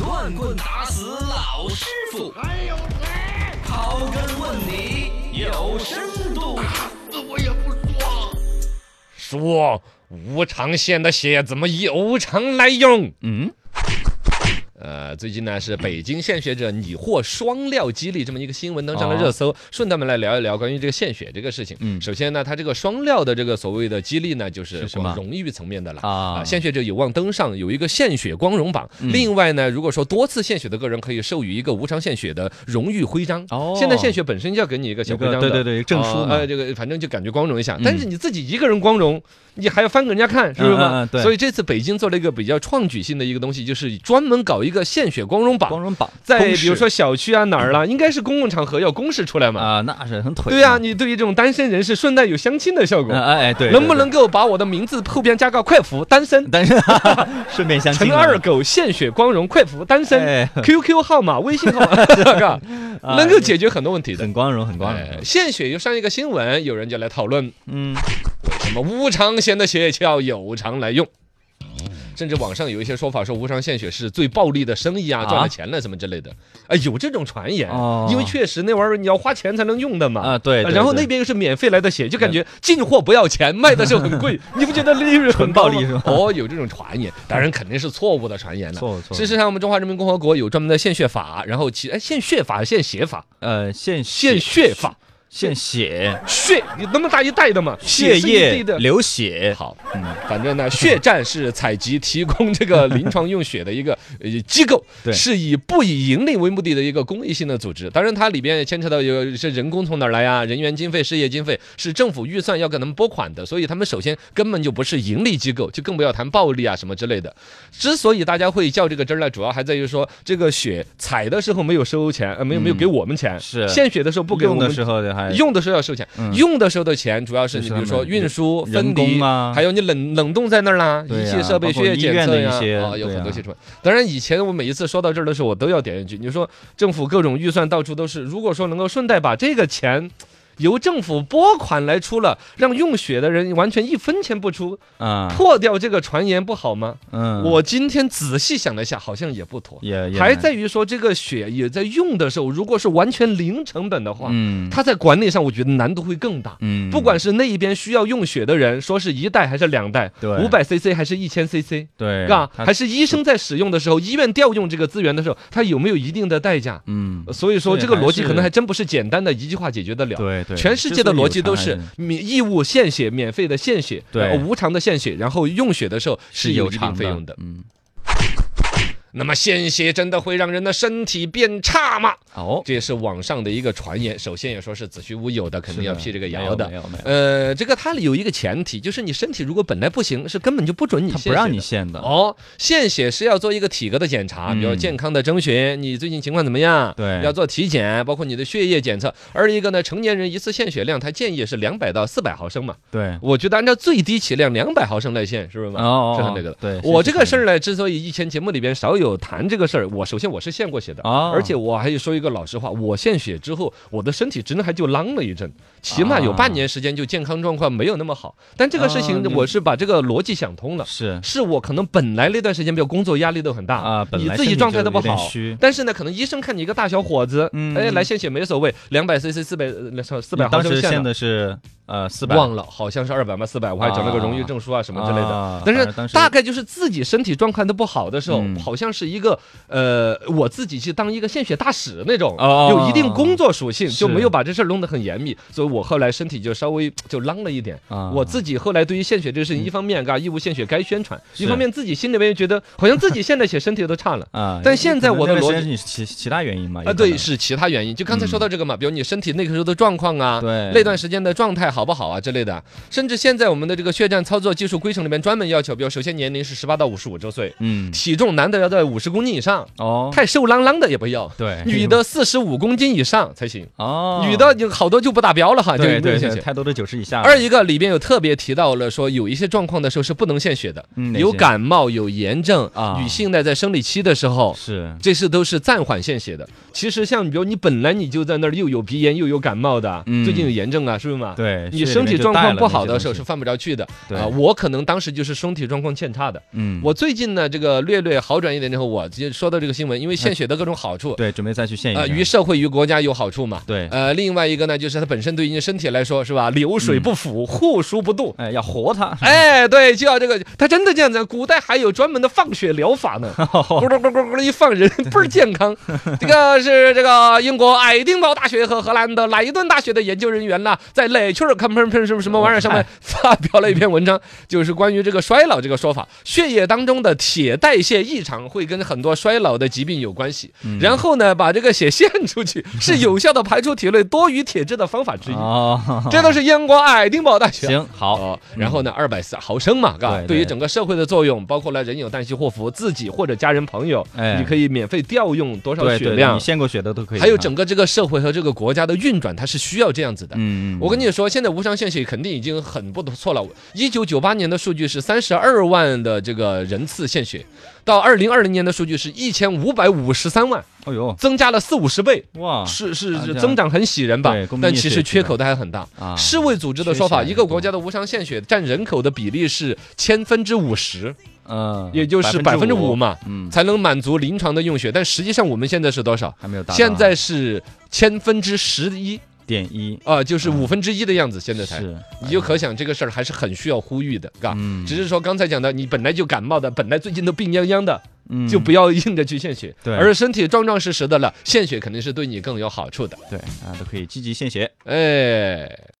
乱棍打死老师傅，还有谁？刨根问底有深度。死我也不说。说无偿县的血怎么以无偿来用？嗯，呃，最近呢是北京献血者你获双料激励这么一个新闻登上了热搜，顺带我们来聊一聊关于这个献血这个事情。哦嗯首先呢，它这个双料的这个所谓的激励呢，就是是什么光荣誉层面的了啊嗯献血者有望登上有一个献血光荣榜。另外呢，如果说多次献血的个人，可以授予一个无偿献血的荣誉徽章。哦现在献血本身就要给你一个小有徽个章的，对对对证书嘛呃，这个反正就感觉光荣一下。但是你自己一个人光荣，你还要翻给人家看，是不嗯是嗯嗯嘛嗯？对所以这次北京做了一个比较创举性的一个东西，就是专门搞一个献血光荣光榜，荣榜在公比如示说小区啊哪儿啦，应该是公共场合要公示出来嘛。啊，那是很腿。对呀、你对于这种单身人士，顺带有相亲的效嗯，果，哎哎，对，嗯能不对能？够把我的名字后边加个快符单身？ 但是顺便相亲陈了二狗献血光荣快符单身哎，啊，QQ 号码、微信 号码，是吧？能够解决很多问题的。很光荣，很光哎荣。献血又上一个新闻，有人就来讨论嗯，什么无偿献的血就要有偿来用。甚至网上有一些说法说无偿献血是最暴利的生意啊，啊赚了钱了什么之类的，啊，有这种传言哦，因为确实那玩意儿你要花钱才能用的嘛，啊对对然后对嗯那边又是免费来的血，就感觉进货不 要钱，卖的时候很贵，你不觉得利润很纯暴高利是吗吧？哦，有这种传言，当然肯定是错误的传言了。错错。事实上，我们中华人民共和国有专门的献血法，然后其哎献血法、献血法、呃，献献血法，献血，血你那么大一袋的嘛，血是一液地的流血。好，嗯反正呢，血站是采集提供这个临床用血的一个呃机构，对是以不以盈利为目的的一个公益性的组织。当然，它里边也牵扯到有是人工从哪儿来啊，人员经费、事业经费是政府预算要给他们拨款的，所以他们首先根本就不是盈利机构，就更不要谈暴利啊什么之类的。之所以大家会较这个真儿呢，主要还在于说这个血采的时候没有收钱，呃，没有没有给我们钱，嗯是献血的时候不给我用们的时候就还用的时候要收钱，哎嗯用的时候的钱主要是你就是比他们如说运输、人分离工啊还有你冷冷冻在那儿啦，对仪呀器设备、包括血液检测医院呀的一些，啊，有对呀很多些什么。当然，以前我每一次说到这儿的时候，我都要点一句，你说政府啊各种预算到处都是，如果说能够顺带把这个钱。由政府拨款来出了，让用血的人完全一分钱不出，啊，破掉这个传言不好吗？嗯，我今天仔细想了一下，好像也不妥，也也还蛮在于说这个血也在用的时候，如果是完全零成本的话，嗯它在管理上，我觉得难度会更大。嗯，不管是那一边需要用血的人，说是一袋还是两袋，对五百 CC 还是一千 CC，对是吧？他还是医生在使用的时候，医院调用这个资源的时候，它有没有一定的代价？嗯呃所以说，对这个逻辑还是可能还真不是简单的一句话解决得了。对对，全世界的之所以逻有辑都偿是还免义务献血、免费的献血，对然后无偿的献血，然后用血的时候是是有一定偿费用的。嗯那么献血真的会让人的身体变差吗？哦，这也是网上的一个传言。首先也说是子虚乌有的，肯定要辟这个谣的没。有没有没有，呃，这个它有一个前提，就是你身体如果本来不行，是根本就不准你他献血不让你的献的，哦，献血是要做一个体格的检查，比如嗯健康的征询，你最近情况怎么样？对要做体检，包括你的血液检测。而一个呢，成年人一次献血量，他建议是两百到四百毫升嘛。对，我觉得按照最低起量两百毫升来献，是不是嘛？哦是哦很那个的。对我是这是个事儿呢，之所以以前节目里边少有谈这个事儿，我首先我是献过血的，哦而且我还说一个老实话，我献血之后，我的身体真的还就啷了一阵，起码有啊半年时间就健康状况没有那么好。但这个事情啊你我是把这个逻辑想通了。是是我可能本来那段时间，比如工作压力都很大啊本你来自己身体状态就都不有点好虚，但是呢，可能医生看你一个大小伙子，嗯哎，来献血没所谓，两百 CC 四百四你百毫当升时献了献的是呃四百，忘了，好像是二百吗？四百，我还整了个荣誉证书啊什么之类啊的。但反正当是时大概就是自己身体状况都不好的时候嗯，好像是一个呃，我自己去当一个献血大使那种，哦有一定工作属性，是就没有把这事儿弄得很严密，所以我后来身体就稍微就啷了一点。啊嗯我自己后来对于献血这个事情，一方面嘎啊义务献血该宣传，是一方面自己心里面又觉得好像自己献的血身体都差了。啊，但有现可在能我那的段逻时间辑是其其他原因嘛，有啊，哎可对，能嗯是其他原因。就刚才说到这个嘛，比如你身体那个时候的状况啊，对那段时间的状态好不好啊之类的。甚至现在我们的这个血战操作技术规程里面专门要求，比如首先年龄是十八到五十五周岁，嗯体重男的要在五十公斤以上，哦太瘦啷啷的也不要，对女的四十五公斤以上才行。哦女的就好多就不达标了哈，就对对没有献对，血。太多的九十以下了二一个里边有特别提到了说，有一些状况的时候是不能献血的，嗯哪有些感冒、有炎症啊女性呢在生理期的时候，是这是都是暂缓献血的。其实像你比如你本来你就在那儿又有鼻炎又有感冒的，嗯最近有炎症啊，是不是嘛？对对，你血身里面体就状带况了不那好些的东时候西是犯不着去的对啊。我可能当时就是身体状况欠差的。嗯，我最近呢，这个略略好转一点之后，我就说到这个新闻，因为献血的各种好处，对准备再去献一呃，下于社会于国家有好处嘛。对呃，另外一个呢，就是它本身对于你身体来说是吧，流嗯水不腐，户枢不蠹。哎，要活它， 哎，对，就要这个，它真的这样子。古代还有专门的放血疗法呢，咕噜咕噜咕噜咕噜一放人倍儿健康。这个是这个英国爱丁堡大学和荷兰的莱顿大学的研究人员呐，在《Nature》看喷喷什么什么玩意儿上面发表了一篇文章，就是关于这个衰老这个说法。血液当中的铁代谢异常会跟很多衰老的疾病有关系。然后呢，把这个血献出去是有效的排出体内多余铁质的方 法之一。 哦，这都是英国爱丁堡大学行好，哦，然后呢，二百毫升嘛，嘎，嗯对对于对整个社会的作用，包括了人有旦夕祸福，自己或者家人朋友，哎你可以免费调用多少对血对对，量你，献过血的都可以，还有，整个这个社会和这个国家的运转，它是需要这样子的。嗯，我跟你说，现在无偿献血肯定已经很不错了。一九九八年的数据是三十二万的这个人次献血，到二零二零年的数据是一千五百五十三万，哦呦，增加了四五十倍。哇，是是啊是，这样增长很喜人吧对公？民但意其识实也缺提口的还很大啊。世卫组织的说法，缺钱一个国家的无偿献血占人口的比例是千分之五十，嗯，也就是百分之五5%，嘛，嗯，才能满足临床的用血。但实际上我们现在是多少？还没有达到，现在是千分之十一点一，啊，就是五分之一的样子，现在才。嗯是，你就可想这个事儿还是很需要呼吁的，嘎。嗯只是说刚才讲的，你本来就感冒的，本来最近都病殃殃的，嗯就不要硬着去献血，对而是身体壮壮实实的了，献血肯定是对你更有好处的。对啊，都可以积极献血。哎。